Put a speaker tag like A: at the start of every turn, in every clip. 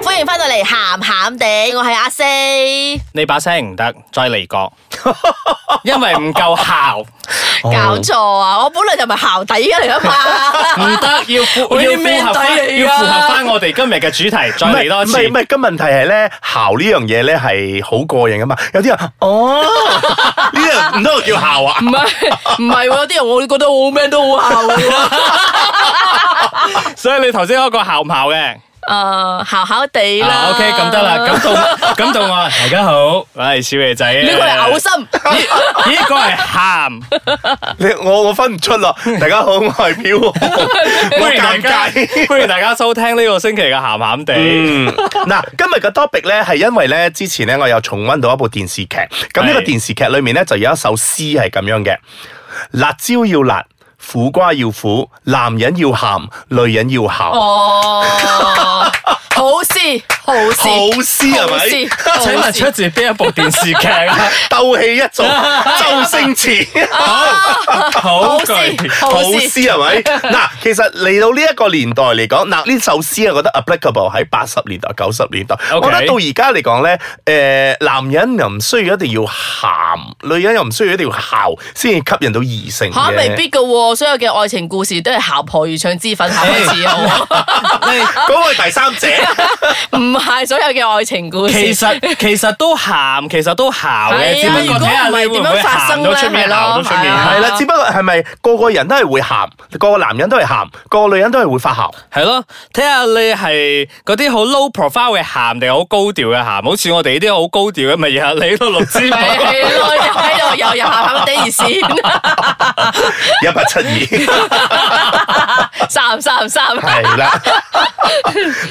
A: 歡迎翻到嚟，鹹鹹地，我係阿四。
B: 你把聲唔得，再嚟過，因為唔夠姣，
A: 搞錯啊！我本來就唔係姣底嘅嚟啊
B: 唔
A: 嘛。
B: 得要符
A: 喂
B: 要
A: 你咩
B: 符合
A: 底嚟
B: 翻，
A: 㗎
B: 要符合翻我哋今日嘅主題，再嚟多
C: 唔係
B: 次
C: 唔。係，咁問題係咧，姣呢樣嘢咧係好過癮噶嘛。有啲人哦，呢樣唔都叫姣啊
A: 唔？係唔係喎，有啲人我覺得我好 man 都好姣嘅喎。
B: 所以你頭先嗰個姣唔姣嘅？
A: 誒，姣姣地啦。
B: 啊，OK，咁得啦，咁到咁到我，大家好，我係小爺仔。
A: 呢個係嘔 心。
B: 心，呢個係鹹。
C: 你我我分唔出咯。大家好，我係飄 紅，好
B: 歡迎大
C: 尷
B: 家，
C: 尬。
B: 歡迎大家收聽呢個星期嘅鹹鹹地。
C: 嗯，嗱，今日嘅 topic 咧係因為咧之前咧我有重温到一部電視劇，咁呢個
B: 係
C: 電視劇裏面咧就有一首詩係咁樣嘅：辣椒要辣，苦瓜要苦，男人要鹹，女人要姣。
A: 哦，好事，好事，
C: 好詩係咪
A: 好事
B: 請問出自邊一部電視劇啊？
C: 鬥氣一族，周星馳。
B: 好
A: 好事
B: 句。
C: 好
A: 好事，
C: 詩係咪？嗱，其實嚟到呢一個年代嚟講，嗱呢首詩我覺得 applicable 喺八十年代、九十年代。
B: OK
C: 我覺得到而家嚟講咧，誒、男人又唔需要一定要鹹，女人又唔需要一定要姣，先至吸引到異性嘅。
A: 吓未必噶喎，所有嘅愛情故事都係姣婆如唱脂粉，姣開始好，
C: 嗰個係第三者，
A: 唔係所有嘅愛情故事。
B: 其實其實都鹹，其實都鹹
A: 係啊
B: 嘅，只不過睇下你會唔
A: 如果唔係點
B: 會
A: 樣發生
B: 鹹
A: 咧
B: 到
A: 係咯
B: 出面，鹹到出面
A: 係。啊
C: 係啦，只不過係咪個個人都係會鹹，個個男人都係鹹，個個女人都係會發姣？
B: 係咯，睇下你係嗰啲好 low profile 嘅鹹定係好高調嘅鹹，好似我哋呢啲好高調嘅，咪日日嚟到六 支
A: 係
B: 舞。
A: 係咯，又喺度又又鹹鹹地而先，
C: 一八七二。
A: 三三三，
C: 係啊啦，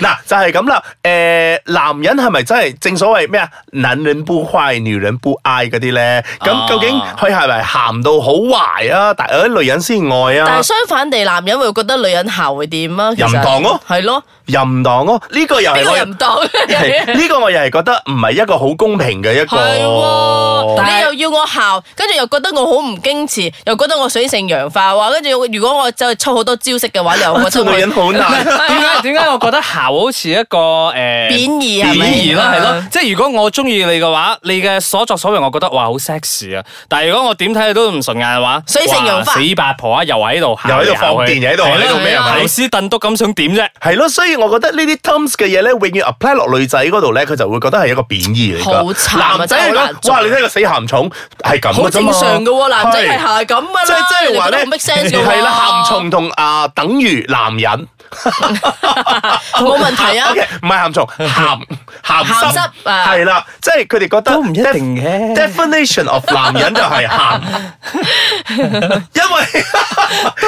C: 嗱就係咁啦。誒、男人係咪真係正所謂咩啊？男人不壞，女人不愛嗰啲咧？
B: 啊
C: 咁究竟佢係咪鹹到好壞啊？但係啲女人先愛
A: 但
C: 啊
A: 係？相反地，男人會覺得女人姣會點啊？其實
C: 淫蕩咯，
A: 係咯，
C: 淫蕩咯，呢、個又
A: 呢
C: 係
A: 個
C: 我
A: 淫蕩。
C: 係呢個我又係覺得唔係一個好公平嘅一個。
A: 係喎，
B: 但係
A: 你又要我姣，跟住又覺得我好唔矜持，又覺得我水性楊花話，跟住如果我就出好多招式嘅話，又覺
C: 做
A: 得 我
C: 女人好難。
B: 點解點解我覺得姣好似一個誒
A: 貶義係
B: 貶
A: 咪？啊
B: 義啦，係咯，即係如果我中意你嘅話，你嘅所作所為，我覺得哇好 sexy 啊！但係如果我點睇你都唔順眼嘅話，
A: 水性楊花
B: 哇死八婆啊，又喺度行嚟行去，
C: 又喺度放電又喺度
B: 係咯
C: 喺
A: 度咩係咪
B: 老師燉督咁想點啫？
C: 係咯，所以我覺得呢啲 terms 嘅嘢咧，永遠 apply 落女仔嗰度咧，佢就會覺得係一個貶義嚟㗎。
A: 好慘啊
C: 男仔
A: 真係好
C: 嚟
A: 難
C: 講，
A: 做
C: 哇！你睇個死鹹蟲係咁
A: 好
C: 㗎啫
A: 正
C: 嘛
A: 常嘅喎，男仔係
C: 係
A: 係咁噶啦，
C: 即係即係話咧，
A: 你覺得唔 make sense 嘅喎
C: 係啦，鹹蟲同啊等於男人
A: 冇問題啊
C: ，OK，唔係鹹蟲，鹹鹹
A: 鹹濕
C: 濕
A: 啊
C: 係啦，即係佢哋覺得
B: 都唔一定嘅
C: def- Definition of 男人就係 鹹，因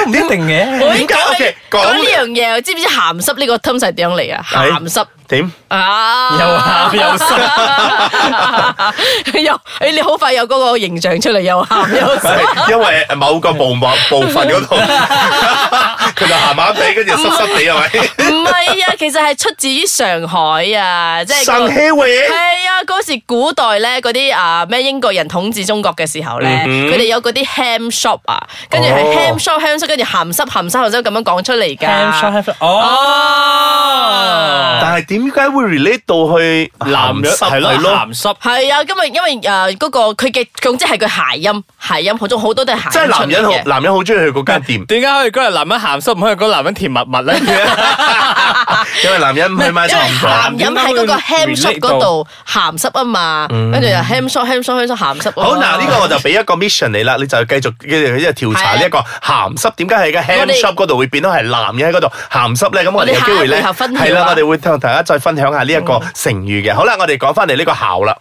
B: 唔一定嘅。
A: 我已
C: 為點解
A: 經講
C: OK
A: 講呢
C: 講
A: 樣嘢，知唔知鹹濕呢個 term 係點樣嚟啊？
C: 係
A: 鹹濕
C: 點？
A: 啊，
B: 又鹹又
A: 濕，又誒你好快有嗰個形象出嚟，又鹹又 濕。
C: 係因為某個部分部分嗰度，佢就鹹鹹地，跟住濕濕地係咪？
A: 唔係啊，其實係出自於上海啊，即係嗰
C: 生氣味。
A: 係啊，嗰時古代咧，嗰啲啊咩英國人統治中國嘅時候咧，佢哋有嗰啲 ham shop 啊，跟住係
C: 哦
A: ham shop ham shop，跟住鹹濕鹹濕鹹濕咁樣講出嚟㗎。Ờ.
B: 哦，
C: 但係點解會 relate 到去
B: 男人
C: 鹹濕
B: 係咯，鹹濕。
A: 係啊，因為因為誒嗰個佢嘅總之係佢諧音，諧音好中好多都係
C: 即
A: 諧
C: 係
A: 音出
C: 男人好
A: 嚟，嘅。
C: 男人好中意去嗰間 店。
B: 點解可以嗰日男人鹹濕，唔可以嗰男人甜蜜蜜咧？
C: 因為男人唔去買
A: 因為
C: 床
A: 鹹
C: 單。
A: 飲喺嗰個 ham shop
B: relate 到嗯
A: 嗰度鹹濕啊嘛，跟住又 ham shop ham shop ham shop 鹹濕啊嘛。
C: 好嗱，呢個我就俾一個 mission 你啦，你就繼續繼續調查呢一個鹹濕點解喺個 ham
A: 我哋
C: shop 嗰度會變到係男人喺嗰度鹹濕咧？咁我哋
A: 我哋
C: 有機會咧，
A: 下一回合分享啊
C: 係啦，我哋會同大家再分享下呢一個成語嘅。好啦，我哋講翻嚟呢個姣啦，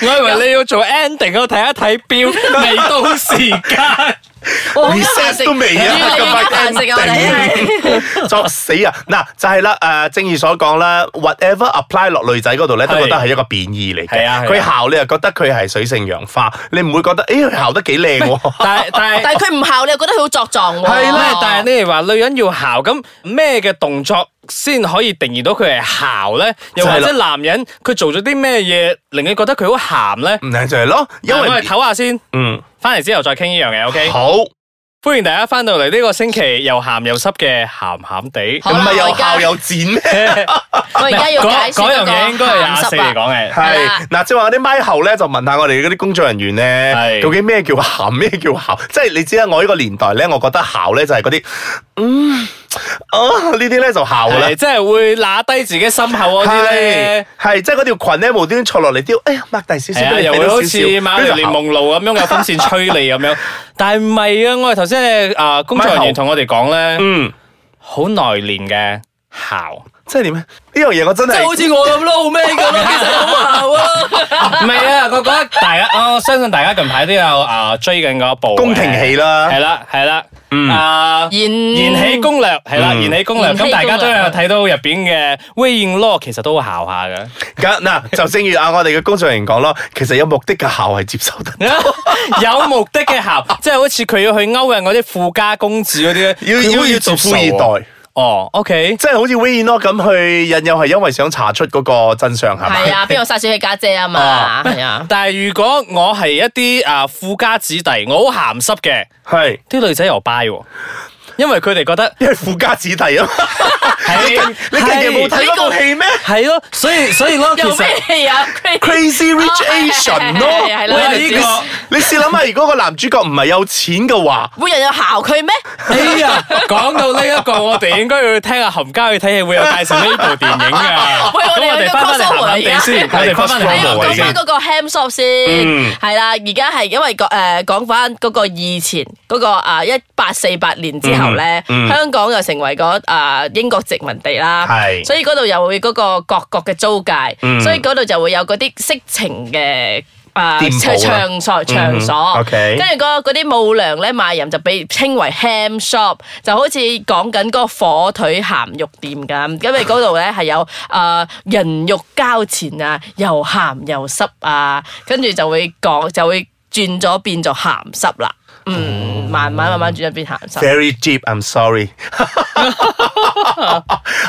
B: 我以為你要做 ending，我睇一睇表，未到時間。
A: 我好
C: reset 都 未
A: 要
C: 啊，
A: 你
C: 咁
A: 而家
C: 快
A: 飯食啊！我哋
C: 哋 作死啊！嗱，就係啦，誒，正如所講啦，whatever apply 落女仔嗰度咧，都
B: 係
C: 覺得係一個貶義嚟
B: 係啊
C: 嘅。
B: 係啊
C: 佢姣你又覺得佢係水性楊花，你唔會覺得，誒，佢姣得幾靚喎？
B: 但係但係
A: 但係佢唔效，你又覺得佢好作狀喎。
B: 係啦，但係你哋話女人要姣，咁咩嘅動作先可以定義到佢係姣咧？又或
C: 就係
B: 者男人佢做咗啲咩嘢令你覺得佢好鹹咧？
C: 唔係就係咯，因
B: 嗱我哋
C: 為
B: 唞下先，
C: 嗯
B: 翻嚟之後再傾呢樣嘢。OK，
C: 好，唔
B: 歡迎大家翻到嚟呢個星期又鹹又濕嘅鹹鹹地。
A: 好啦
C: 係
A: 我
C: 又
A: 而家
C: 姣又剪咩？
A: 我而家要解
B: 嗰
A: 釋
B: 嗰
A: 嗰
B: 樣
A: 個
B: 嘢應該係廿四
A: 鹹
B: 嚟
A: 濕啊
B: 講嘅。
C: 係
A: 啦
C: 嗱，即係話啲咪後咧，就問下我哋嗰啲工作人員咧，
B: 係
C: 究竟咩叫姣，咩叫姣？即係你知啦，我呢個年代咧，我覺得姣咧就係嗰啲，嗯，啊呢啲咧就姣㗎啦
B: 係。即係會揦低自己心口嗰啲
C: 係
B: 咧，
C: 係，即係嗰條裙咧無端端錯落嚟，丟，哎呀擘大少少
B: 係啊，
C: 俾你
B: 又
C: 睇
B: 會
C: 到
B: 好
C: 少
B: 似
C: 少，
B: 馬
C: 跟
B: 麗
C: 住
B: 蓮
C: 姣
B: 夢露咁樣有風扇吹你咁樣，但係唔係啊？我哋頭先咧啊工作人員同我哋講咧，
C: 嗯，
B: 好內斂嘅姣。
C: 即係點咧？呢樣嘢我真
A: 即係好
C: 係。
A: 似我咁咯，好咩咁咯，其實好姣啊。
B: 唔係啊，我覺得大家，我相信大家近排都有啊追緊嗰一部
C: 宮廷戲啦
B: 係啦係啦，啊
A: 延
B: 延禧攻略係啦，
C: 嗯
B: 延禧攻略
A: 延禧攻
B: 咁
A: 略
B: 大家都有睇到入邊嘅魏瓔珞，其實都好姣下嘅，
C: 咁嗱，就正如啊我哋嘅工作人員講咯，其實有目的嘅姣係接受得，
B: 有目的嘅姣， 即係好似佢要去勾引嗰啲富家公子嗰啲咧，
C: 要
B: 佢
C: 要
B: 會
C: 要做
B: 接
C: 富
B: 受
C: 二
B: 喎。
C: 代，
B: 哦，OK，
C: 即係好似 w i n o 咁去引誘，係因為想查出嗰個真相係咪？
A: 係啊，邊個殺死佢家姐啊
B: 哦
A: 嘛？係啊。
B: 但係如果我係一啲啊富家子弟，我好鹹濕嘅，
C: 係，
B: 啲女仔又 buy 喎，因為佢哋覺得
C: 因為富家子弟啊嘛。
B: 係
C: 你近期冇睇嗰部戲咩
B: 係咯，所以所以咯， 其
A: 有
B: 實
A: 咩。戲啊？Crazy
C: ？Crazy
B: 哦
C: Rich Asian 咯，
A: 係係係係
C: 喂
B: 係
C: 呢
B: 係
C: 個你試諗下，如果個男主角唔係有錢嘅話，
A: 會有人姣佢咩？
B: 哎呀，講到呢一個，我哋應該要聽下冚家去睇戲，會有介紹呢部電影㗎。
A: 喂我哋
B: 咁我
A: 有個
B: 哋翻返嚟鹹鹹
A: crossover
B: 地
C: 而
B: 先，我
C: 家
B: 哋翻返嚟
C: 係
B: 鹹
C: 冇已
B: 鹹地
A: 啊
C: 經
A: 講翻
B: 先。
A: 嗰個 ham shop 先，
C: 嗯
A: 係啦，而家係因為講誒講翻嗰個以前嗰個啊一八四八年之後咧，
C: 嗯
A: 香港又成為咗啊英國殖民地啦，
C: 係嗯
A: 所以嗰度又會嗰個各國嘅租界，所以嗰度就會有嗰啲色情嘅。啊，
C: 店鋪啊
A: 場所場
C: 嗯
A: 所，
C: ，OK
A: 跟住嗰嗰啲舞娘咧賣淫就被稱為 ham shop，就好似講緊嗰個火腿鹹肉店咁，因為嗰度咧係有誒人肉交錢啊，又鹹又濕啊，跟住就會講就會轉咗變做鹹濕啦。嗯，慢慢慢慢轉咗變鹹濕。
C: Very deep, I'm sorry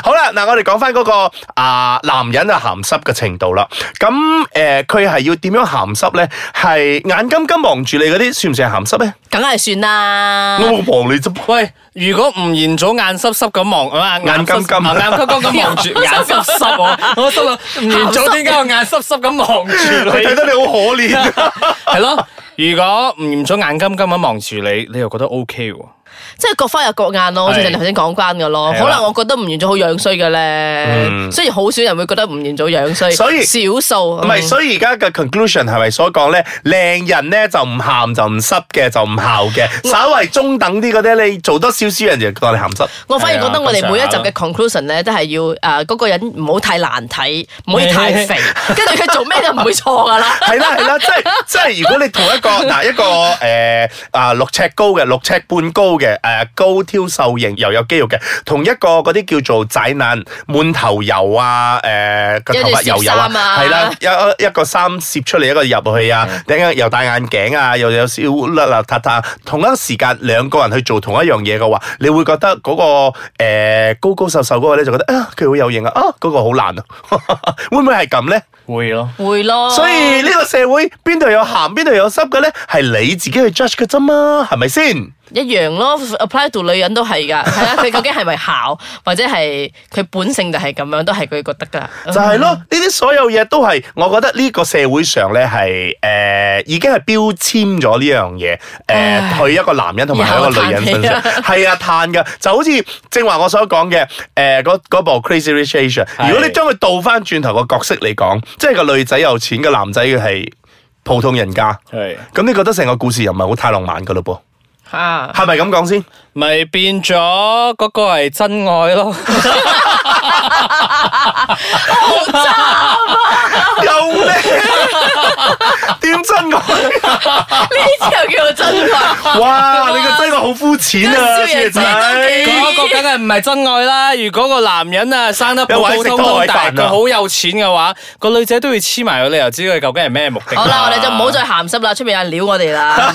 C: 好啦，嗱，我哋講翻嗰個啊、男人啊鹹濕嘅程度啦。咁誒，佢、係要點樣鹹濕咧？係眼金金望住你嗰啲，算唔算係鹹濕咧？
A: 梗係算啦，
C: 我望你啫噃，
B: 喂，如果吳彥祖眼濕濕咁望啊，
C: 眼金金
B: 濕啊眼金金咁望住，眼濕濕 我，我心諗吳彥祖點解我眼濕濕咁望 住
C: 佢睇
B: 你？
C: 得你好可憐。
B: 係咯，如果吳彥祖眼金金咁望住你，你又覺得 O K 喎？
A: 即係各花有各眼咯，好似
B: 係
A: 你頭先講關嘅咯。
B: 係啦
A: 可能我覺得吳彥祖好樣衰嘅咧，雖然好少人會覺得吳彥祖樣衰，
C: 嗯所以
A: 少數嗯
C: 唔係，所以而家嘅 conclusion 係咪所講咧？靚人咧就唔鹹就唔濕嘅，就唔姣嘅，稍為中等啲嗰啲，你做多少少人就覺得你鹹濕。
A: 我反而覺得我哋每一集
B: 係啊
A: 嘅 conclusion 咧，都係要誒嗰個人唔好太難睇，唔可以太肥， 跟住佢做咩都唔會錯噶啦。
C: 係啦係啦，即 係即係，如果你同一個嗱一個誒啊六尺高嘅六尺半高嘅誒、高挑瘦型又有肌肉嘅，同一個嗰啲叫做仔難滿頭油啊誒個、
A: 有
C: 頭
A: 隻
C: 髮油油
A: 攝衫啊嗯
C: 係啦一一個衫攝出嚟一個入去啊，頂間又戴眼鏡啊，又有少甩邋遢遢，同一時間兩個人去做同一樣嘢嘅話，你會覺得嗰、個、誒高高瘦瘦嗰個咧就覺得啊佢好有型啊，啊嗰、個好難啊， 會唔會係咁咧？
B: 會咯。
A: 會咯，
C: 所以呢個社會邊度有鹹邊度有濕嘅咧，係你自己去 judge 嘅啫嘛，係咪先？
A: 一樣咯，apply 到女人都係㗎，係啊，佢 究竟係咪姣，或者係佢本性就係咁樣，都係佢覺得㗎。
C: 就係咯，呢啲所有嘢都係，我覺得呢個社會上咧係誒已經係標籤咗呢樣嘢，誒、
A: 唉
C: 去一個男人同埋去一個女人身
A: 以
C: 上
A: 後，
C: 係啊，嘆嘅就好似正話我所講嘅誒嗰嗰部 Crazy Rich Asian，
B: 係
C: 如果你將佢倒翻轉頭個角色嚟講，即係個女仔有錢，個男仔係普通人家，
B: 係。
C: 咁你覺得成個故事又唔係好太浪漫噶咯噃？
A: 啊，
C: 係咪咁講先？
B: 咪變咗嗰個係真愛咯，
C: 又叻，點真我？
A: 呢啲又叫做真愛。
C: 哇！你個真係好膚淺啊，
A: 跟住
C: 小
A: 人
C: 仔
A: 仔。
B: 嗰個梗係唔係真愛啦！如果個男人啊生得普
C: 有位
B: 普通通，
C: 食多位
B: 但
C: 飯
B: 係
C: 啊
B: 佢好有錢嘅話，個女仔都要黐埋佢，你又知佢究竟係咩目的。
A: 好
C: 啊
A: 啦，我哋就唔好 再鹹濕啦，出面有人撩我哋 啦。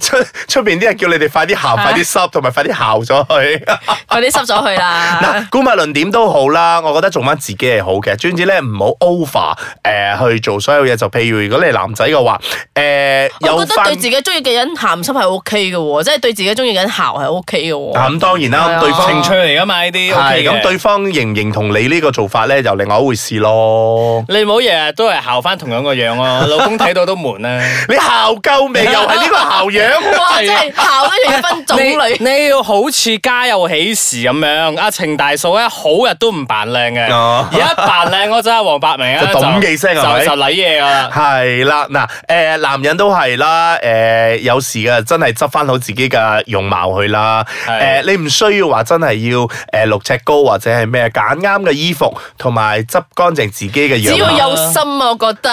C: 出出邊啲人叫你哋快啲鹹、
A: 啊
C: 快啲濕，同埋快啲姣咗佢。
A: 快啲濕咗佢啦
C: 嗱，！姑勿論點都好啦，我覺得做翻自己係好嘅，總之咧唔好 over 誒、去做所有嘢。就譬如如果你係男仔嘅話，誒、
A: 我
C: 有
A: 覺得
C: 翻
A: 對自己中意嘅人鹹濕係 O K 嘅喎，即係對自己中意嘅人姣係 O K 嘅
C: 啊
A: 喎。
C: 咁當然
A: 係
C: 啦，
A: 啊
C: 咁對方
B: 情趣嚟噶嘛呢啲
C: 係
B: ，OK
C: 咁
B: 嘅。
C: 對方認唔認同你呢個做法咧，就另外一回事咯。
B: 你唔好日日都係校翻同樣個樣 咯，老公睇到都悶啊啦。
C: 你校鳩 未？又係呢個校樣。
A: 哇！真 係啊姣都要分種類。
B: 你你要好似家有喜事咁樣，阿程大嫂咧好日都唔扮靚嘅，
C: 哦
B: 而家扮靚嗰陣阿黃百鳴咧
C: 就咚幾聲
B: 就
C: 係咪
B: 就禮嘢噶啦。
C: 係啦，嗱，誒，男人都係啦，誒、有時嘅真係執翻好自己嘅容貌去啦，誒、
B: 係
C: 你唔需要話真係要誒、六尺高或者係咩，揀啱嘅衣服同埋執乾淨自己嘅
A: 只
C: 樣
A: 要
C: 貌。
A: 有心啊，我嗯啊覺得。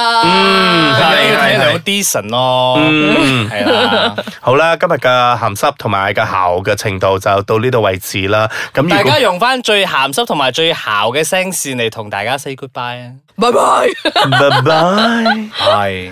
C: 係係
B: 係你要睇
C: 係
B: 兩 decent 咯，
C: 嗯
B: 係啊啦。
C: 好啦，今日嘅鹹濕同埋嘅姣嘅程度就到呢度為止啦。咁如
B: 大
C: 果
B: 家用翻最鹹濕同埋最姣嘅聲線嚟同大家 say goodbye 啊！
A: 拜拜。
C: 拜拜。
B: 係。